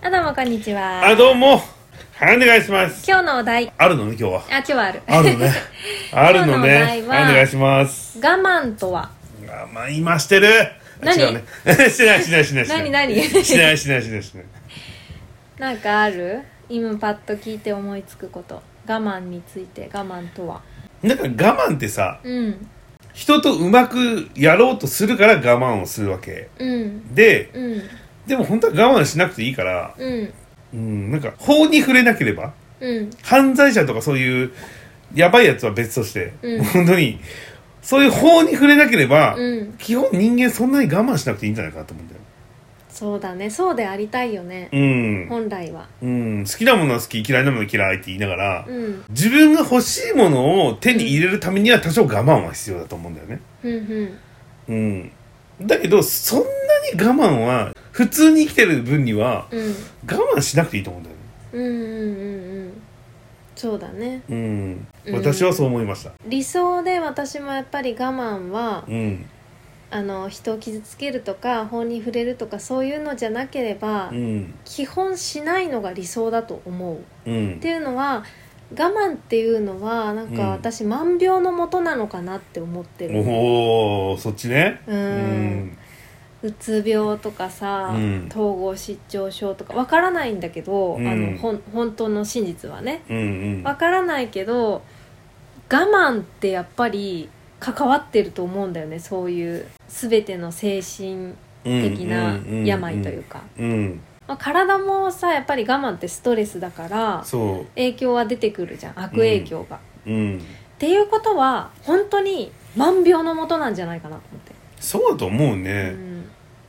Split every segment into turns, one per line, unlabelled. こんにちは
あ、どうも。はい、お願いします。
今日のお題
あるのね、今 日は。
あ今日はある
あるのね。あるのね。はい、
今日のお題
お
は
願いします。
我慢とは
あ、まあ、今してる。あ
何
違うね。 しない、しない、しない。しな
何
い
何
しない、しない、しない、しない。
なんかある今パッと聞いて思いつくこと我慢について我慢とは
なんか我慢ってさ、
うん
人とうまくやろうとするから我慢をするわけ。
うん
で、
うん
でも本当は我慢しなくていいから、
うん
うん、なんか法に触れなければ、
うん
犯罪者とかそういうやばいやつは別として、
うん
本当に、そういう法に触れなければ、
うん
基本人間そんなに我慢しなくていいんじゃないかなと思うんだよ。
そうだねそうでありたいよね、
うん。
本来は
うん。好きなものは好き、嫌いなものは嫌いって言いながら、
うん
自分が欲しいものを手に入れるためには多少我慢は必要だと思うんだよね。
うんうん
うん。だけど、そんなに我慢は、普通に生きてる分には、
うん
我慢しなくていいと思うんだよね。
うんうんうんうんそうだね
うん。
うん
私はそう思いました。
理想で私もやっぱり我慢は
うん。
あの人を傷つけるとか法に触れるとかそういうのじゃなければ、
うん。
基本しないのが理想だと思う。っ
うん
て。いうのは我慢っていうのはなん
う
か
ん
私万病のもとなのかなって思ってる。
おおそっちね。
う。。
うん
うつ病とかさ、
うん
統合失調症とかわからないんだけど、
うん
あのほん本当の真実はね
うんうん。
わからないけど我慢ってやっぱり関わってると思うんだよねそういう全ての精神的な病といううか、
んうんうん。うん。
まあ、体もさやっぱり我慢ってストレスだから
そ
影響は出てくるじゃん悪影響が、っ
う。うん。
ていうことは本当に万病のもとなんじゃないかなと思って
そうだと思
う
うね。
ん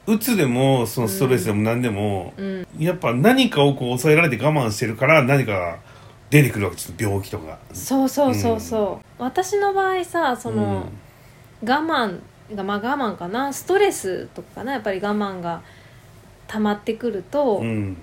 うつでもそのストレスでも何でも、
うん
やっぱ何かをこう抑えられて我慢してるから何かが出てくるわけちょっと病気とか。
そうそうそうそう、私の場合さその、我慢がまあ我慢かなストレスとかなやっぱり我慢が溜まってくると、
うん、うん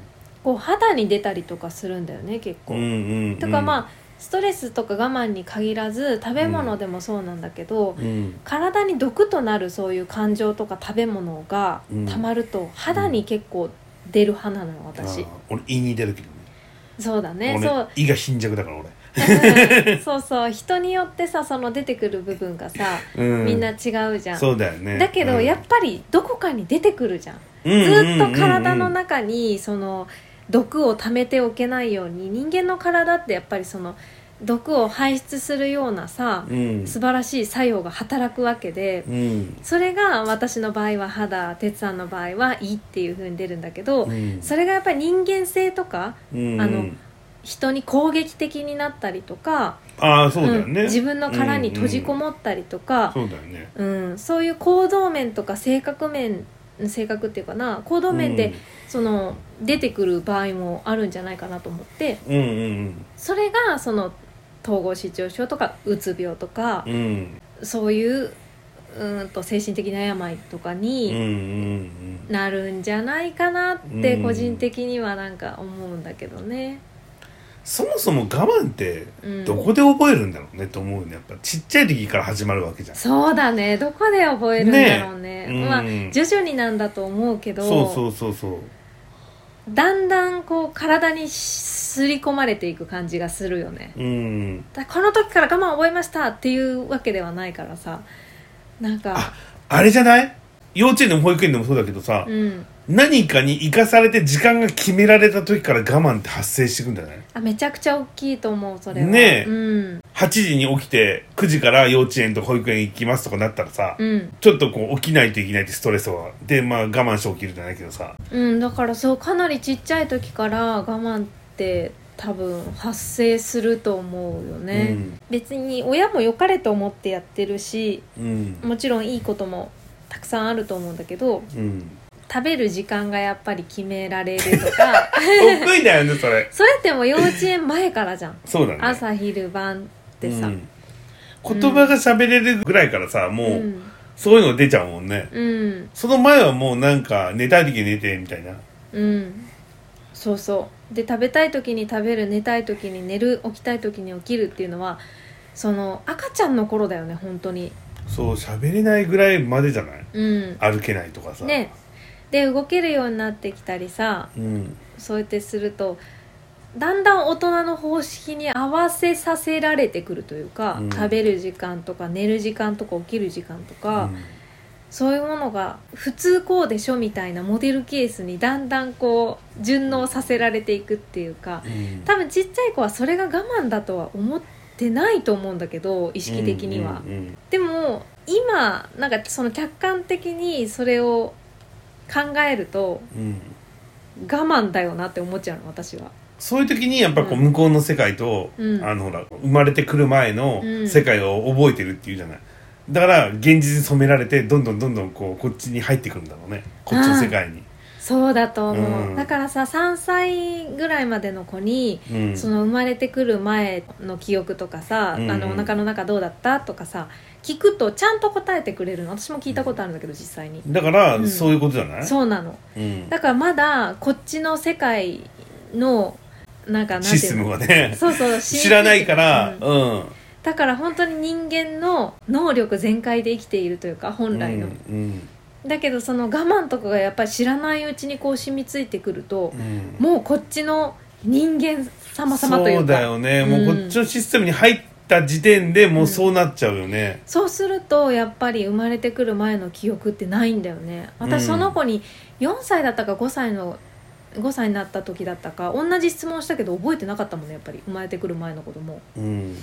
こう肌に出たりとかするんだよね結
う
構、
んうんうん。
とかまあストレスとか我慢に限らず食べ物でもそうなんだけど、
うん
体に毒となるそういう感情とか食べ物が
うん
たまると肌に結構出る派なのよ私、
あー俺胃に出るけどね。
そうだね
俺
そう
胃が貧弱だから俺。
うんそうそう人によってさその出てくる部分がさ、
うん。
みんな違うじゃん
そうだよね。
だけどやっぱりどこかに出てくるじゃん、
うんうんうんうん
ずっと体の中にその毒を溜めておけないように人間の体ってやっぱりその毒を排出するようなさ
うん
素晴らしい作用が働くわけで、
うん
それが私の場合は肌哲さんの場合は胃っていう風に出るんだけど、
うん
それがやっぱり人間性とか
うん
あの人に攻撃的になったりとか
ああそうだよ
う
ね。
ん自分の殻に閉じこ
む。
もったりとか、
そうだよね。
うんそういう行動面とか性格面性格っていうかな行動面で、その出てくる場合もあるんじゃないかなと思って
うんうん
それがその統合失調症とかうつ病とか
うんう、ん
そういううーんと精神的な病とか
うんうん
に
うん。
なるんじゃないかなって
うん
個人的にはなんか思うんだけどね。
そもそも我慢って
うん、
どこで覚えるんだろうねと思うねやっぱちっちゃい時から始まるわけじゃん。
そうだねどこで覚えるんだろうね
ね
まあ
うん
徐々になんだと思うけど
そうそうそうそう。
だんだんこう体にすり込まれていく感じがするよね
うん。
だこの時から我慢覚えましたっていうわけではないからさなんか
ああれじゃない幼稚園でも保育園でもそうだけどさ、
うん
何かに生かされて時間が決められた時から我慢って発生していくんじゃない
あめちゃくちゃ大きいと思うそれは
ねえ
うん
?8 時に起きて9時から幼稚園と保育園行きますとかなったらさ、
うん
ちょっとこう起きないといけないってストレスは。で、まあ我慢して起きるじゃないけどさ。
うんだからそうかなりちっちゃい時から我慢って多分発生すると思うよね、別に親も良かれと思ってやってるし
うん。うん。
もちろんいいこともたくさんあると思うんだけど
うん。
食べる時間がやっぱり決められると か
得意だよね、それ。
それってもう幼稚園前からじゃん
そうだね。
朝昼晩ってさ、
うん言葉が喋れるぐらいからさ、もう、
うん
そういうの出ちゃうもんね
うん
その前はもうなんか寝たい時寝てみたいな
うんそうそうで食べたい時に食べる寝たい時に寝る起きたい時に起きるっていうのはその赤ちゃんの頃だよね本当に
そう喋れないぐらいまでじゃない
うん
歩けないとかさ
ねで動けるようになってきたりさ
うん
そうやってするとだんだん大人の方式に合わせさせられてくるというか、
うん
食べる時間とか寝る時間とか起きる時間とか、
うん
そういうものが普通こうでしょみたいなモデルケースにだんだんこう順応させられていくっていうか
うん
多分ちっちゃい子はそれが我慢だとは思ってないと思うんだけど意識的には。
うんうん
でも今なんかその客観的にそれを考えると
うんうん
我慢だよなって思っちゃうの私は。
そういう時にやっぱこう
うん
向こうの世界と、
うん
あのほら生まれてくる前の
うん
世界を覚えてるっていうじゃないだから現実に染められてどんどんどんどんこうこっちに入ってくるんだろうねこっちの世界に、
そうだと思う、
うん
だからさ3歳ぐらいまでの子に、
うん、
その生まれてくる前の記憶とかさ、
うん
あのお腹の中どうだったとかさ聞くとちゃんと答えてくれるの私も聞いたことあるんだけど実際に、
だから、
うん
そういうことじゃない
そうなの
うん
だからまだこっちの世界のなんかなんていうの
システムがね
そうそう
知らないから、
うん
うん
だから本当に人間の能力全開で生きているというか本来の、
うん
だけどその我慢とかがやっぱり知らないうちにこう染みついてくると
う、ん
もうこっちの人間様様というか
そうだよね、もうこっち
うん
のシステムに入った時点でもうそうなっちゃうよね、
そうするとやっぱり生まれてくる前の記憶ってないんだよね
う
私
ん
その子に4歳だったか5歳の5歳になった時だったか同じ質問したけど覚えてなかったもんねやっぱり生まれてくる前の子供
うん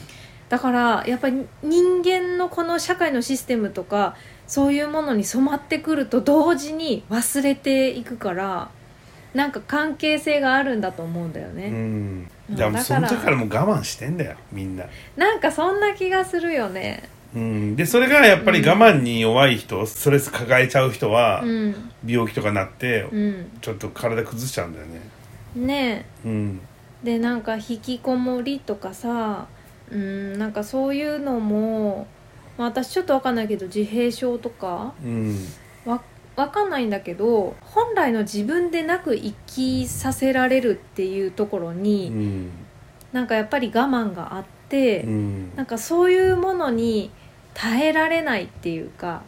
だからやっぱり人間のこの社会のシステムとかそういうものに染まってくると同時に忘れていくからなんか関係性があるんだと思うんだよ
う
ね、
ん
うん
じゃあもう
だ
そ
から
の時からもう我慢してんだよみんな、
なんかそんな気がするよね
うん、でそれがやっぱり我慢に弱い人、ストレス抱えちゃう人は
うん
病気とかなって
うん
ちょっと体崩しちゃうんだよね
ねえ
うん
でなんか引きこもりとかさうんなんかそういうのも、まあ、私ちょっとわかんないけど自閉症とか
うん
わわかんないんだけど本来の自分でなく生きさせられるっていうところ
う
に、
ん
なんかやっぱり我慢があって、
うん
なんかそういうものに耐えられないっていうか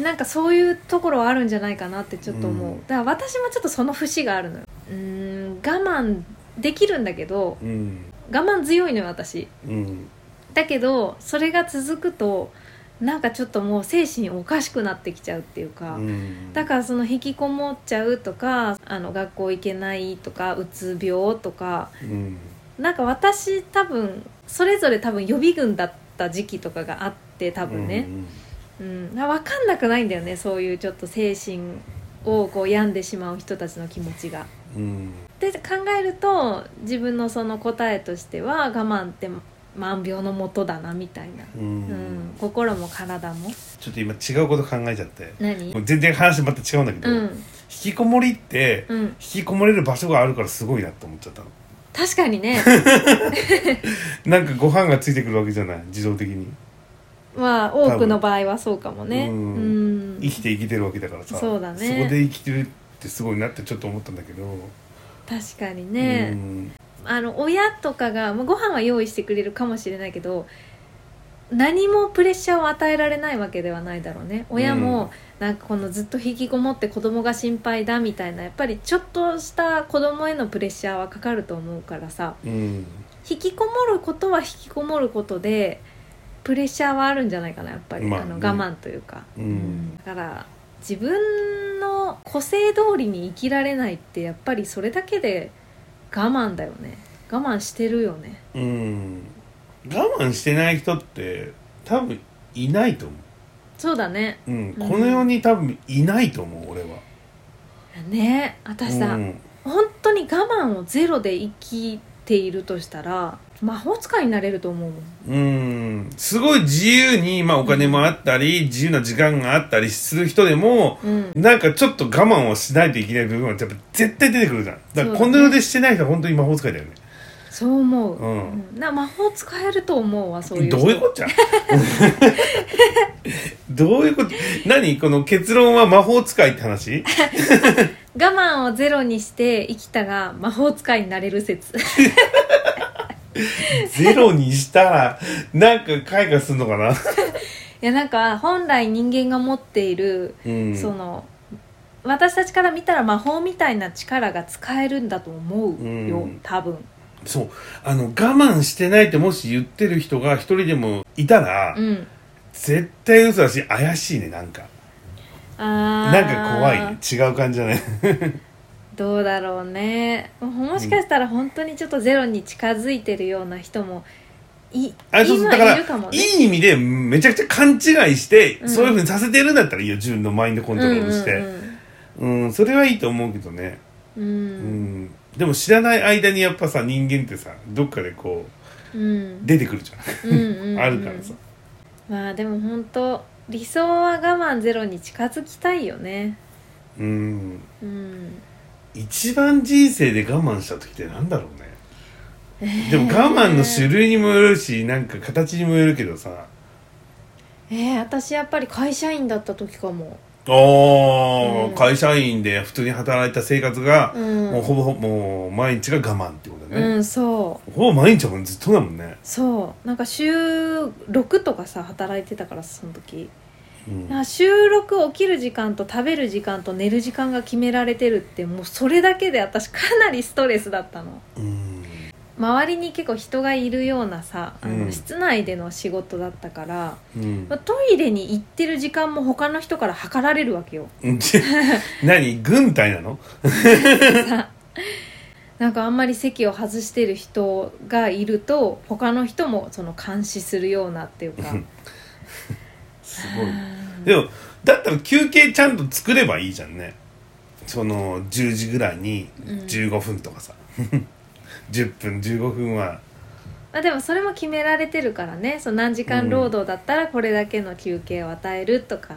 なんかそういうところはあるんじゃないかなってちょっと思う、
うん
だから私もちょっとその節があるのようん我慢できるんだけど
うん
我慢強いのよ私
うん
だけどそれが続くとなんかちょっともう精神おかしくなってきちゃうっていうか、
うん
だからその引きこもっちゃうとかあの学校行けないとかうつ病とか
うん
なんか私多分それぞれ多分予備軍だった時期とかがあって多分ね、うん分かんなくないんだよねそういうちょっと精神をこう病んでしまう人たちの気持ちが。
うん
で考えると自分のその答えとしては我慢って万病のもとだなみたいな、
うんうん
うん、心も体も
ちょっと今違うこと考えちゃって
何
もう全然話また違うんだけど、
う
引
ん
きこもりって
うん
引きこもれる場所があるからすごいなって思っちゃったの
確かにね
なんかご飯がついてくるわけじゃない自動的に
まあ多くの場合はそうかもね
う
うんん
生きて生きてるわけだからさ
そうだね
そこで生きてるってすごいなってちょっと思ったんだけど
確かに
う
ね
ん
あの親とかが、まあ、ご飯は用意してくれるかもしれないけど何もプレッシャーを与えられないわけではないだろうね親も、なんかこのずっと引きこもって子供が心配だみたいなやっぱりちょっとした子供へのプレッシャーはかかると思うからさ
うん
引きこもることは引きこもることでプレッシャーはあるんじゃないかなやっぱり、
まあ
あの
う
我
ん
慢というか、
うん
だから自分の個性通りに生きられないってやっぱりそれだけで我慢だよね我慢してるよね
うん我慢してない人って多分いないと思
そうだね
う、うん、
うん
この世に多分いないと思う俺は
ね私さ、
うん
本当に我慢をゼロで生きているとしたら魔法使いになれると思うもん
うんすごい自由に、まあ、お金もあったり自由な時間があったりする人でも
うん
なんかちょっと我慢をしないといけない部分はやっぱ絶対出てくるじゃんだから
そ
こ
うだね
の世でしてない人は本当に魔法使いだよね
そう思う、
うん
んな魔法使えると思うわそういう人
どういうことじゃん どういうこと何この結論は魔法使いっ て話
我慢をゼロにして生きたが魔法使いになれる説
ゼロにしたらなんか開花すんのかな、
いやなんか本来人間が持っている、
うん、
その私たちから見たら魔法みたいな力が使えるんだと思うよ、
うん
多分
そうあの我慢してないってもし言ってる人が一人でもいたら、
うん
絶対嘘だし怪しいねなんか
あー
なんか怖いね違う感じじ ゃない
どうだろうねもしかしたら本当にちょっとゼロに近づいてるような人もい
あそうそうだから
今いるかもね
いい意味でめちゃくちゃ勘違いして、
うん
そういうふうにさせてるんだったらいいよ自分のマインドコントロールして、
う
うんんそれはいいと思うけどね、
うんうん
うんでも知らない間にやっぱさ人間ってさどっかでこう
うん
出てくるじゃん、
うんうん
あるからさ
まあでも本当理想は我慢ゼロに近づきたいよね
うん
うん
一番人生で我慢した時ってなんだろうねでも我慢の種類にもよるしなんか形にもよるけどさ
えー、私やっぱり会社員だった時かも、
おー
うん
会社員で普通に働いた生活が
う、ん、
もうほぼほぼもう毎日が我慢ってことだ
う
ね、
んそう
ほぼ毎日はもうずっとだもんね、
そうなんか週6とかさ働いてたからその時
うん
なんか収録起きる時間と食べる時間と寝る時間が決められてるってもうそれだけで私かなりストレスだったの
うん
周りに結構人がいるようなさあの
うん
室内での仕事だったから、
うん
まあトイレに行ってる時間も他の人から測られるわけよ
何軍隊なの
さなんかあんまり席を外してる人がいると他の人もその監視するようなっていうか
うんすごいでもだったら休憩ちゃんと作ればいいじゃんねその10時ぐらいに
うん
15分とかさ、10分15分は
まあ、でもそれも決められてるからねその何時間労働だったらこれだけの休憩を与えるとか、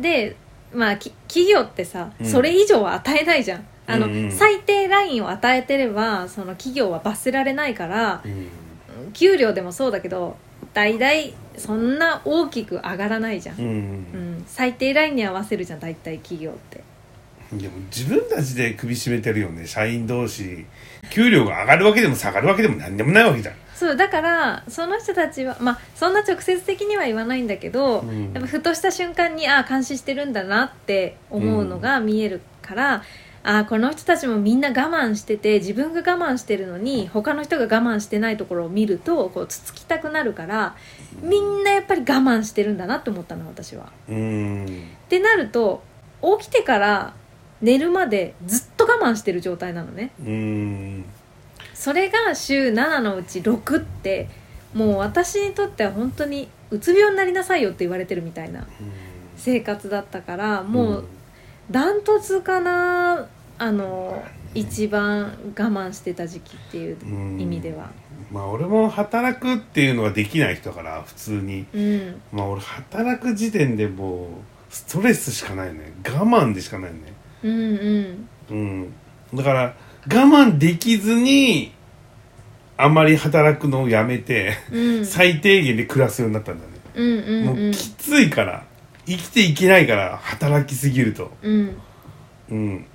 でまあき企業ってさ、
うん
それ以上は与えないじゃんあの、
うんうん
最低ラインを与えてればその企業は罰せられないから
うん
給料でもそうだけど大体そんな大きく上がらないじゃん、
う
うん
ん、
最低ラインに合わせるじゃん大体企業って
でも自分たちで首絞めてるよね社員同士給料が上がるわけでも下がるわけでも何でもないわけじゃん
そうだからその人たちはまあそんな直接的には言わないんだけど、
うん
やっぱふとした瞬間にああ監視してるんだなって思うのが見えるから、ああこの人たちもみんな我慢してて自分が我慢してるのに他の人が我慢してないところを見るとこうつつきたくなるからみんなやっぱり我慢してるんだなって思ったの私は。
うん
ってなると起きてから寝るまでずっと我慢してる状態なのね。
うん
それが週7のうち6ってもう私にとっては本当にうつ病になりなさいよって言われてるみたいな生活だったからもうダントツかなあの一番我慢してた時期っていう
うん
意味では
まあ俺も働くっていうのができない人だから普通に
うん
まあ俺働く時点でもうストレスしかないね我慢でしかないね
うんうん
うんだから我慢できずにあまり働くのをやめて、
うん
最低限で暮らすようになったんだね、
うんうんう
もうんきついから生きていけないから働きすぎると
うん
うん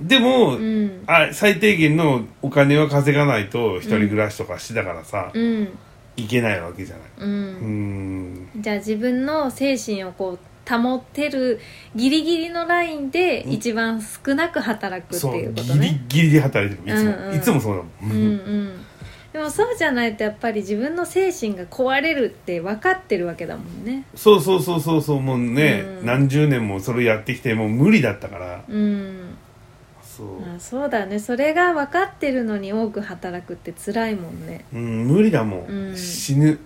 でも、
うん
あ最低限のお金は稼がないと一人暮らしとかしてたからさ、
うん
いけないわけじゃないううんん
じゃあ自分の精神をこう保てるギリギリのラインで
うん
一番少なく働くって
そう
いうこと
ギリ
ね
ギリで働いてるいつも、
うんうん
いつもそうだ
うん
もん、
うんでもそうじゃないとやっぱり自分の精神が壊れるって分かってるわけだもんね
そうそうそうそうそうもうね、
うん
何十年もそれやってきてもう無理だったから
うん
そう、
まあそうだねそれが分かってるのに多く働くって辛いもんね
うん、無理だもん、
うん
死ぬ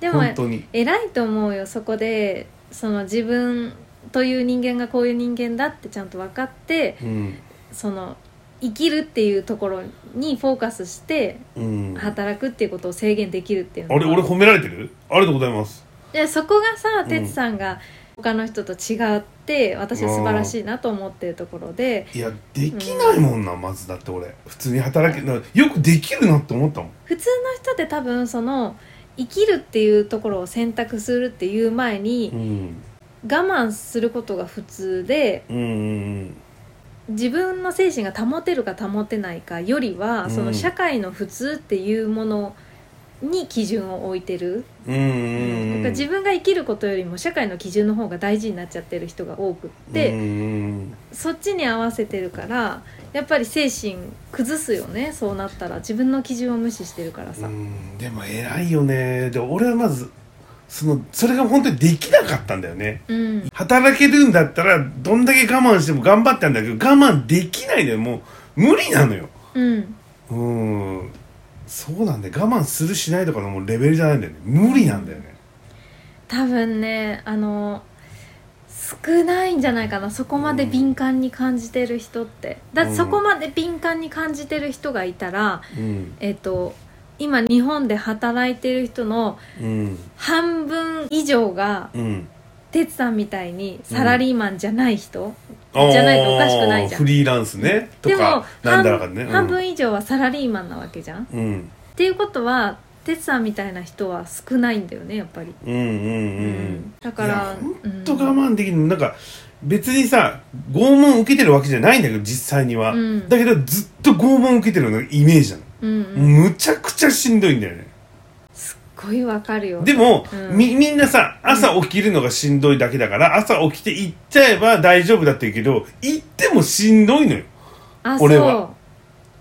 でも
本当に
偉いと思うよそこでその自分という人間がこういう人間だってちゃんと分かって
うん
その生きるっていうところにフォーカスして
うん
働くっていうことを制限できるっていうの
あれ
は
俺褒められてるありがとうございます
でそこがさ
ん
哲さんが他の人と違って私は素晴らしいなと思ってるところで
いやできないもんな、まずだって俺普通に働けなよくできるなって思ったもん
普通の人って多分その生きるっていうところを選択するっていう前
う
に
ん
我慢することが普通で
うんうん
自分の精神が保てるか保てないかよりは
うん
その社会の普通っていうものに基準を置いてる、
うんうん
だ
うん
から自分が生きることよりも社会の基準の方が大事になっちゃってる人が多くって、
うん
そっちに合わせてるからやっぱり精神崩すよねそうなったら自分の基準を無視してるから
う
さ、
んでも偉いよねで俺はまずそのそれが本当にできなかったんだよね
うん、
働けるんだったらどんだけ我慢しても頑張ったんだけど我慢できないのよもう無理なのよ
うん
うんそうなんだよ我慢するしないとかのもうレベルじゃないんだよね無理なんだよね
多分ねあの少ないんじゃないかなそこまで敏感に感じてる人ってだってそこまで敏感に感じてる人がいたら、
うん
えっと今日本で働いてる人の
うん
半分以上が
うん
哲さんみたいにサラリーマンじゃない人、じゃないとおかしくないじゃん
あーフリーランスねと
でも
かなんだらか
半
ねうん
半分以上はサラリーマンなわけじゃん。っ
うん
ていうことは哲さんみたいな人は少ないんだよねやっぱり。
うんうん
う
うんうん
だから
本当我慢できるなんか別にさ拷問受けてるわけじゃないんだけど実際には、
うん
だけどずっと拷問受けてるのがイメージなの、
うんうん、うん、
むちゃくちゃしんどいんだよね
すっごいわかるよ。
でも、
うん
みみんなさ朝起きるのがしんどいだけだから、朝起きて行っちゃえば大丈夫だって言うけど行ってもしんどいのよ、
あ
俺は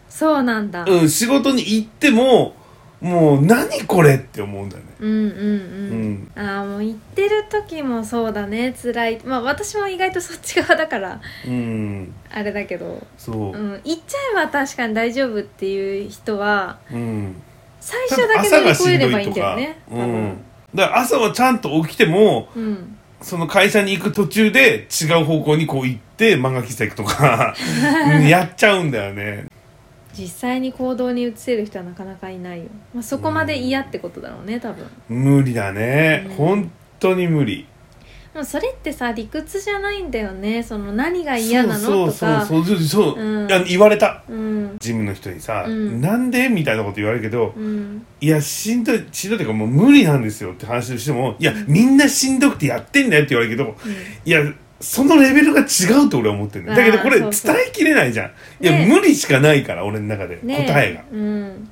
そうそうなんだ、
うん、仕事に行ってももう何これって思うんだよね
うんうんうん、ああもう行ってる時もそうだね辛いまあ私も意外とそっち側だから
うん
あれだけど、
そうう、
ん、行っちゃえば確かに大丈夫っていう人は
うん、
最初だけ乗り越えればいいんだよね
うんだから朝はちゃんと起きても
多分うん
その会社に行く途中で違う方向にこう行って漫画喫茶行く とかうんやっちゃうんだよね
実際に行動に移せる人はなかなかいないよ、まあ、そこまで嫌ってことだろうね多分
無理だね、
うん
本当に無理
もうそれってさ理屈じゃないんだよねその何が嫌なの
そう
とか
そうそうそうそう、
うん
あの言われた
うん
ジムの人にさ「
うん
なんで?」みたいなこと言われるけど
うん
「いやしんどいしんどいっていうかもう無理なんですよ」って話をしても「いやみんなしんどくてやってんだよ」って言われるけど
うん
いやそのレベルが違うと俺は思ってる
あー
だけどこれ
そ
伝
うそう
えきれないじゃん、いや
ね
無理しかないから俺の中で、
ね
答えが
うん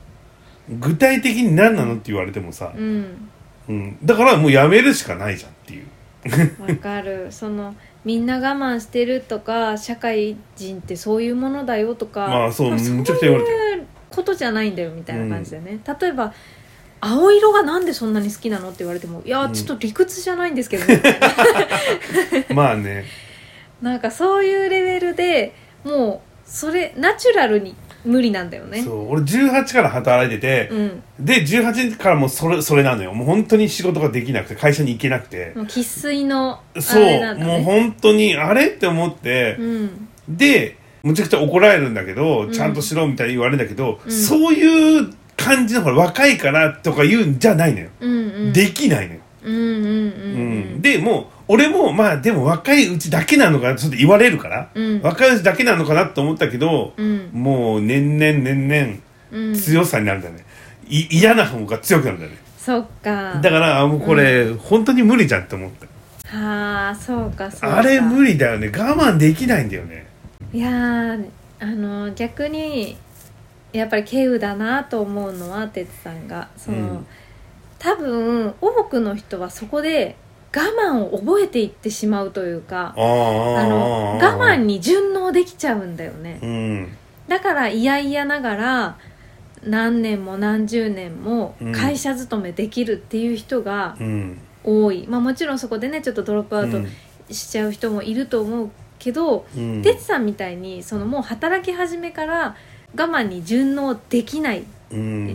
具体的に何なのって言われてもさ、
うん
うん、だからもうやめるしかないじゃんっ ていう
わかるそのみんな我慢してるとか社会人ってそういうものだよとか、
まあそう
多分
めちゃくちゃ言われてる
そういうことじゃないんだよみたいな感じだよね、例えば青色がなんでそんなに好きなのって言われてもいや
うん
ちょっと理屈じゃないんですけどね、み たいな
まあね
なんかそういうレベルでもうそれナチュラルに無理なんだよね
そう俺18から働いてて、
うん
で18からもうそれそれなのよもう本当に仕事ができなくて会社に行けなくて、
もう生粋のあ
そう、
れなんだ
もう
ね
本当にあれって思って
う、ん
でむちゃくちゃ怒られるんだけど、
ん
ちゃんとしろみたいに言われるんだけど、
うん
そういう感じのほら若いからとか言うんじゃないのよ、
うんうん
できないのよ
うんうんうんう
う
んん
でもう俺もまあでも若いうちだけなのかなちょっと言われるから、
うん
若いうちだけなのかなと思ったけど、
うん
もう年々年
うん
々強さになるんだねい嫌な方が強くなるんだね
そっか
だからあもうこれ、本当に無理じゃんって思った
はあそうかそうか
あれ無
理
理だよね我慢できないんだよね
いやーあの逆にやっぱり稀有だなと思うのは哲さんがその、
うん
多分多くの人はそこで我慢を覚えていってしまうというか
ああ
あの我慢に順応できちゃうんだよね
うん
だから嫌々ながら何年も何十年も会社勤めできるっていう人が
うん
多い、まあもちろんそこでねちょっとドロップアウ
う
ト
ん
しちゃう人もいると思うけど、
うん
てつさんみたいにそのもう働き始めから我慢に順応できない、
うん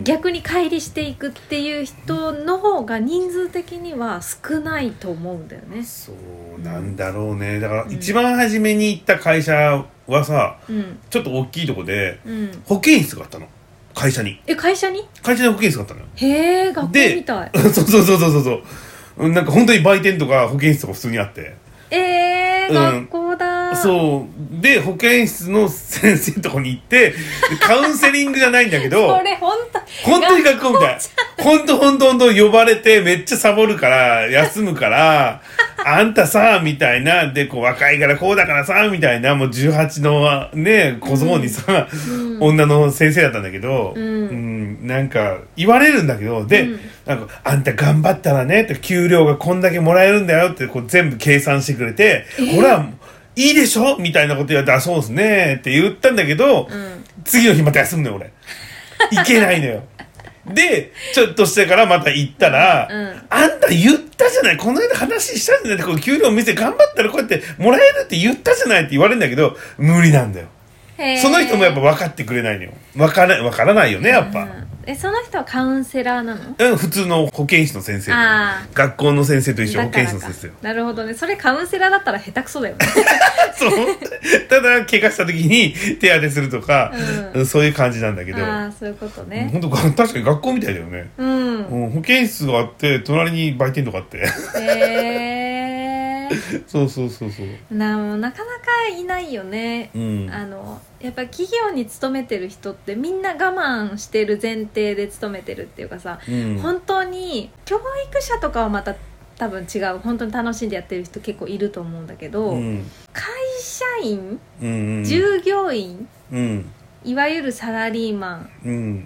逆に乖離していくっていう人の方が人数的には少ないと思うんだよね。
そうなんだろうねだから
うん
一番初めに行った会社はさ
うん、
ちょっと大きいとこで
うん、
保健室があったの会社に
え会社に
会社で保健室があったのよ
へえ学校
で
みたい。
そうそうそうそうそうそううんなんか本当に売店とか保健室とか普通にあって
え
う
ー、
ん
学校だ。
そうで保健室の先生のとこに行ってでカウンセリングじゃないんだけ ど
これ本当
本当に学校みたい。本当本当本当呼ばれてめっちゃサボるから、休むから、あんたさみたいなでこう若いからこうだからさみたいなもう18のね小僧にさ、
うん
女の先生だったんだけど、
うん
んなんか言われるんだけどで、
うん
なんか「あんた頑張ったらね」って給料がこんだけもらえるんだよってこう全部計算してくれて「ほらいいでしょ?」みたいなこと言われて「あそうですね」って言ったんだけど、
うん
次の日また休むのよ俺行けないのよでちょっとしてからまた行ったら、
うん
あんた言ったじゃないこの間話したじゃないってこう給料店頑張ったらこうやってもらえるって言ったじゃないって言われるんだけど無理なんだよ
へー
その人もやっぱ分かってくれないのよ分から分からないよねやっぱ、
うんえその人はカウンセラーなの
うん、普通の保健師の先生だよ
あ
学校の先生と一緒
だ
保
か
健
ら
師の
か
先生よ
なるほどねそれカウンセラーだったら下手くそだよね
そうただ怪我した時に手当てするとか、
う
そういう感じなんだけど
ああそういうことね
本当確かに学校みたいだよね、
うん
うん、保健室があって隣に売店とかあって
へえ
そうそうそうそう
なもうなかなかいないよね
うん
あのやっぱ企業に勤めてる人ってみんな我慢してる前提で勤めてるっていうかさ、
うん
本当に教育者とかはまた多分違う本当に楽しんでやってる人結構いると思うんだけど、
うん
会社員
うんうん
従業員、
うん
いわゆるサラリーマ
うん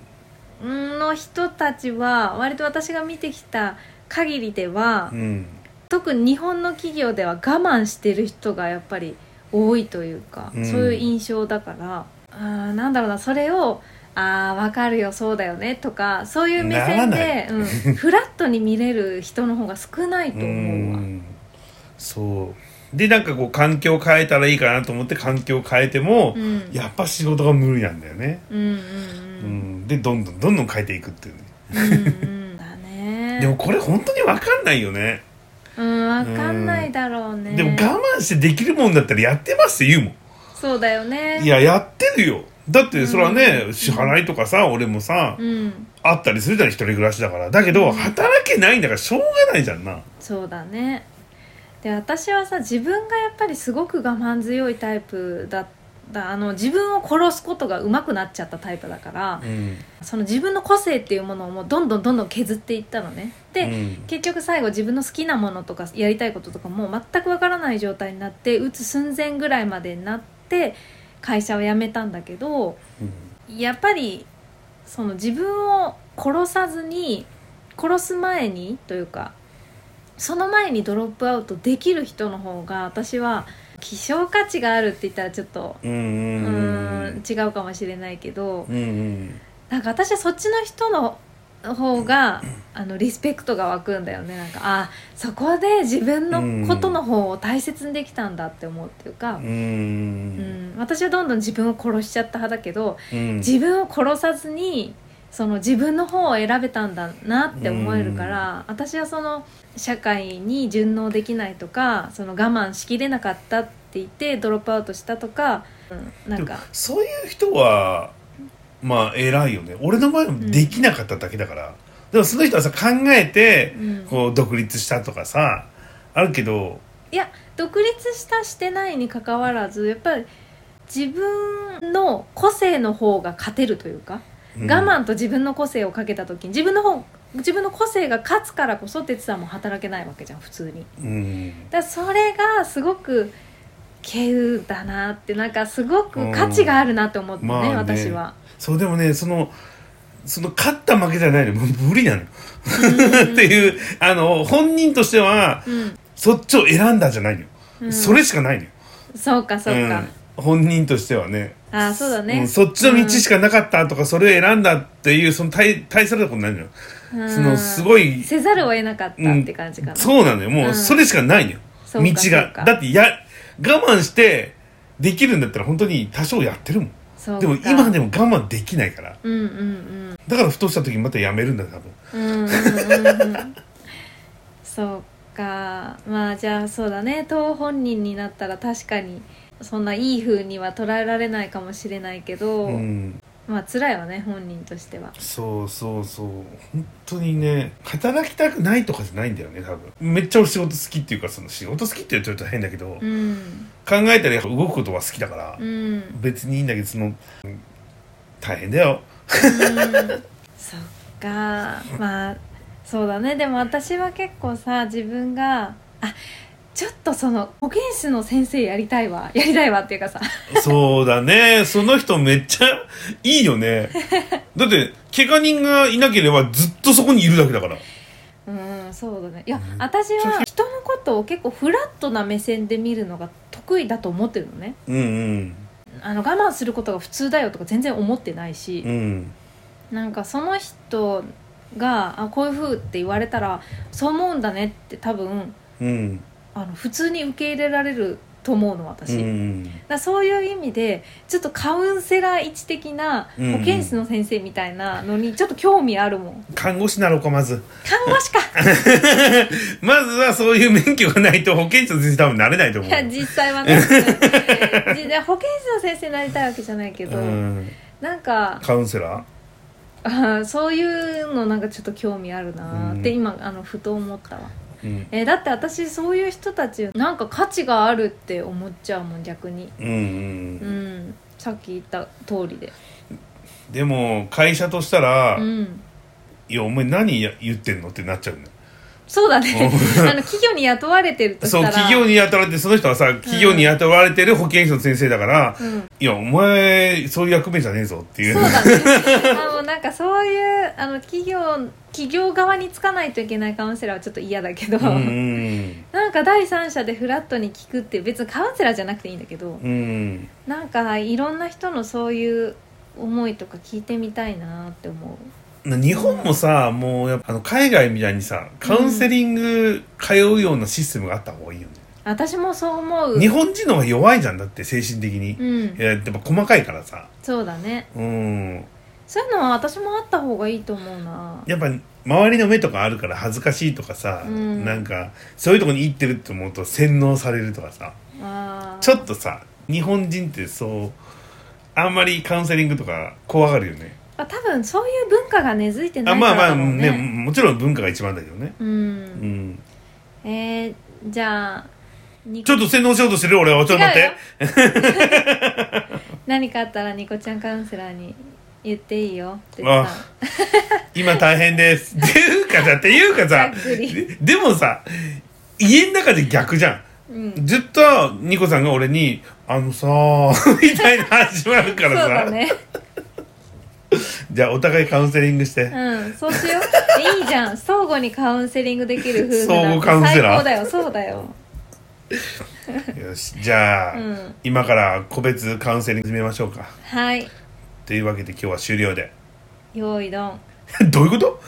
ンの人たちは割と私が見てきた限りでは、
うん
特に日本の企業では我慢してる人がやっぱり多いというか、
うん
そういう印象だからあーなんだろうなそれを「あーわかるよそうだよね」とかそういう目線
なら
で、うん、フラットに見れる人の方が少ないと
う
思うわ。
んそうでなんかこう環境変えたらいいかなと思って環境変えても、
うん
やっぱ仕事が無理なんだよね、
うんうん
うん
うん
でどんどんどんどん変えていくっていうね
うんうんだね
でもこれ本当に分かんないよね
うんわかんないだろうね
でも我慢してできるもんだったらやってますって言うもん
そうだよね
いややってるよだってそれはね、
うん
支払いとかさ俺もさ、
うん
あったりするじゃん一人暮らしだからだけ
う
ど
ん
働けないんだからしょうがないじゃんな
そうだねで私はさ自分がやっぱりすごく我慢強いタイプだったあの自分を殺すことが上手くなっちゃったタイプだから
うん
その自分の個性っていうものをもうどんどんどんどん削っていったのねで、結局最後自分の好きなものとかやりたいこととかもう全くわからない状態になって打つ寸前ぐらいまでになって会社を辞めたんだけどやっぱりその自分を殺さずに殺す前にというかその前にドロップアウトできる人の方が私は希少価値があるって言ったらちょっと
うんうん
う
うん
ーん違うかもしれないけど
うんうん
なんか私はそっちの人の方があのリスペクトが湧くんだよねなんかあそこで自分のことの方を大切にできたんだって思うっていうか
う、
うんん、私はどんどん自分を殺しちゃった派だけど
うん
自分を殺さずにその自分の方を選べたんだなって思えるから、私はその社会に順応できないとかその我慢しきれなかったって言ってドロップアウトしたとか、うん、なん
でも
か
そういう人はまあ偉いよね俺の場合もできなかっただけだから、でもその人はさ考えて
うん
こう独立したとかさあるけど
いや独立したしてないにかかわらずやっぱり自分の個性の方が勝てるというか、
うん
我慢と自分の個性をかけた時に自分の方自分の個性が勝つからこそ哲さんも働けないわけじゃん普通に。
うん
だからそれがすごく稀有だなってなんかすごく価値があるなって思ってね,、
うんまあね
私は。
そうでもねそのその勝った負けじゃないのもう無理なのよ
うん
っていうあの本人としては
うん
そっちを選んだじゃないのよ、
うん
それしかないのよ、
そうかそうか、
うん本人としてはね
ああそうだね、
うんそっちの道しかなかったとか、それを選んだっていうその大大されたことないのよ、
うん
そのすごい
せざるを得なかったって感じかな、
そうなのよもううんそれしかないのよ、
そうか
道
そうか
がだってや我慢してできるんだったら本当に多少やってるもん
そう
でも今でも我慢できないから
うんうんうん
だからふとした時にまたやめるんだよ多分
うんうんうんうんそうかまあじゃあそうだね当本人になったら確かにそんないい風には捉えられないかもしれないけど、
うん
まあ辛いわね本人としては
そうそうそう本当にね働きたくないとかじゃないんだよね多分めっちゃ俺仕事好きっていうかその仕事好きって言うとちょっと変だけど、
うん
考えたり動くことは好きだから、
うん
別にいいんだけどその大変だよ
うんそっかまあそうだねでも私は結構さ自分があちょっとその保健師の先生やりたいわやりたいわっていうかさ
そうだね。その人めっちゃいいよね。だって、怪我人がいなければずっとそこにいるだけだから。
うんそうだねいや私は人のことを結構フラットな目線で見るのが得意だと思ってるのね
うんうん。
あの我慢することが普通だよとか全然思ってないし
う、ん。
なんかその人があこういう風って言われたらそう思うんだねって多分
うん。
あの普通に受け入れられると思うの
う
私、だか
ん。
らそういう意味でちょっとカウンセラー位置的な
うんうん
保健室の先生みたいなのにちょっと興味あるもん
看護師なのか、まず。
看護師 か
まずはそういう免許がないと保健室の先生多分なれないと思。
いうや実際はね じで保健室の先生になりたいわけじゃないけど、
うん。
なんか
カウンセラー
あーそういうのなんかちょっと興味あるなーって
うん
今あのふと思ったわ
うん。
えーだって私そういう人たちなんか価値があるって思っちゃうもん逆に
うんうん
う。んさっき言った通りで
でも、会社としたら、
うん
いや、お前何や言ってんのってなっちゃうね。
そうだね あの企業に雇われてるとした
そう、
ら
企業に雇われて、その人はさ、企業に雇われてる保健師の先生だから、
うん
いや、お前、そういう役目じゃねえぞっていう。
そうだねあのなんかそういうあの企業企業側につかないといけないカウンセラーはちょっと嫌だけど、
うんうん
なんか第三者でフラットに聞くって別にカウンセラーじゃなくていいんだけど
うん。うん。
なんかいろんな人のそういう思いとか聞いてみたいなって思
日本もさ、もうやっぱあの海外みたいにさ、カウンセリング通うようなシステムがあった方がいいよね。
う私もそう思う
日本人の方が弱いじゃんだって、精神的に。
う
い
ん
や、やっぱ細かいからさ。
そうだね
うん。
そういうのは私もあった方がいいと思うな
やっぱ周りの目とかあるから恥ずかしいとかさ、
うん
なんか、そういうとこに行ってるって思うと洗脳されるとかさ。
あー
ちょっとさ、日本人ってそう、あんまりカウンセリングとか怖がるよね。
あ多分そういう文化が根付いてな
あ
いか
まあ
らだ
まあ
ろう
ね
ね,、
もちろん文化が一番だけどね、
う
うんん、
えー、じゃあに
ちょっと洗脳しようとしてる俺はちょっと待っ
違う
て
よ何かあったらニコちゃんカウンセラーに言っていいよってさ
あ今大変です っていうかさっていうか
ざ
さ
っくり、
ででもさ家の中で逆じゃ
うん、
んずっとニコさんが俺に「あのさ」 みたいな始まるか
そう
らさ、
だね
じゃあお互いカウンセリングして、
うん、そうしよう。いいじゃん。相互にカウンセリングできる夫婦
相
なん
互
て
カウンセ
最
ラー
高だよ。そうだよ。
よしじゃあ、
うん
今から個別カウンセリング始めましょうか
はい。
というわけで今日は終了で
用意どん。
どういうこと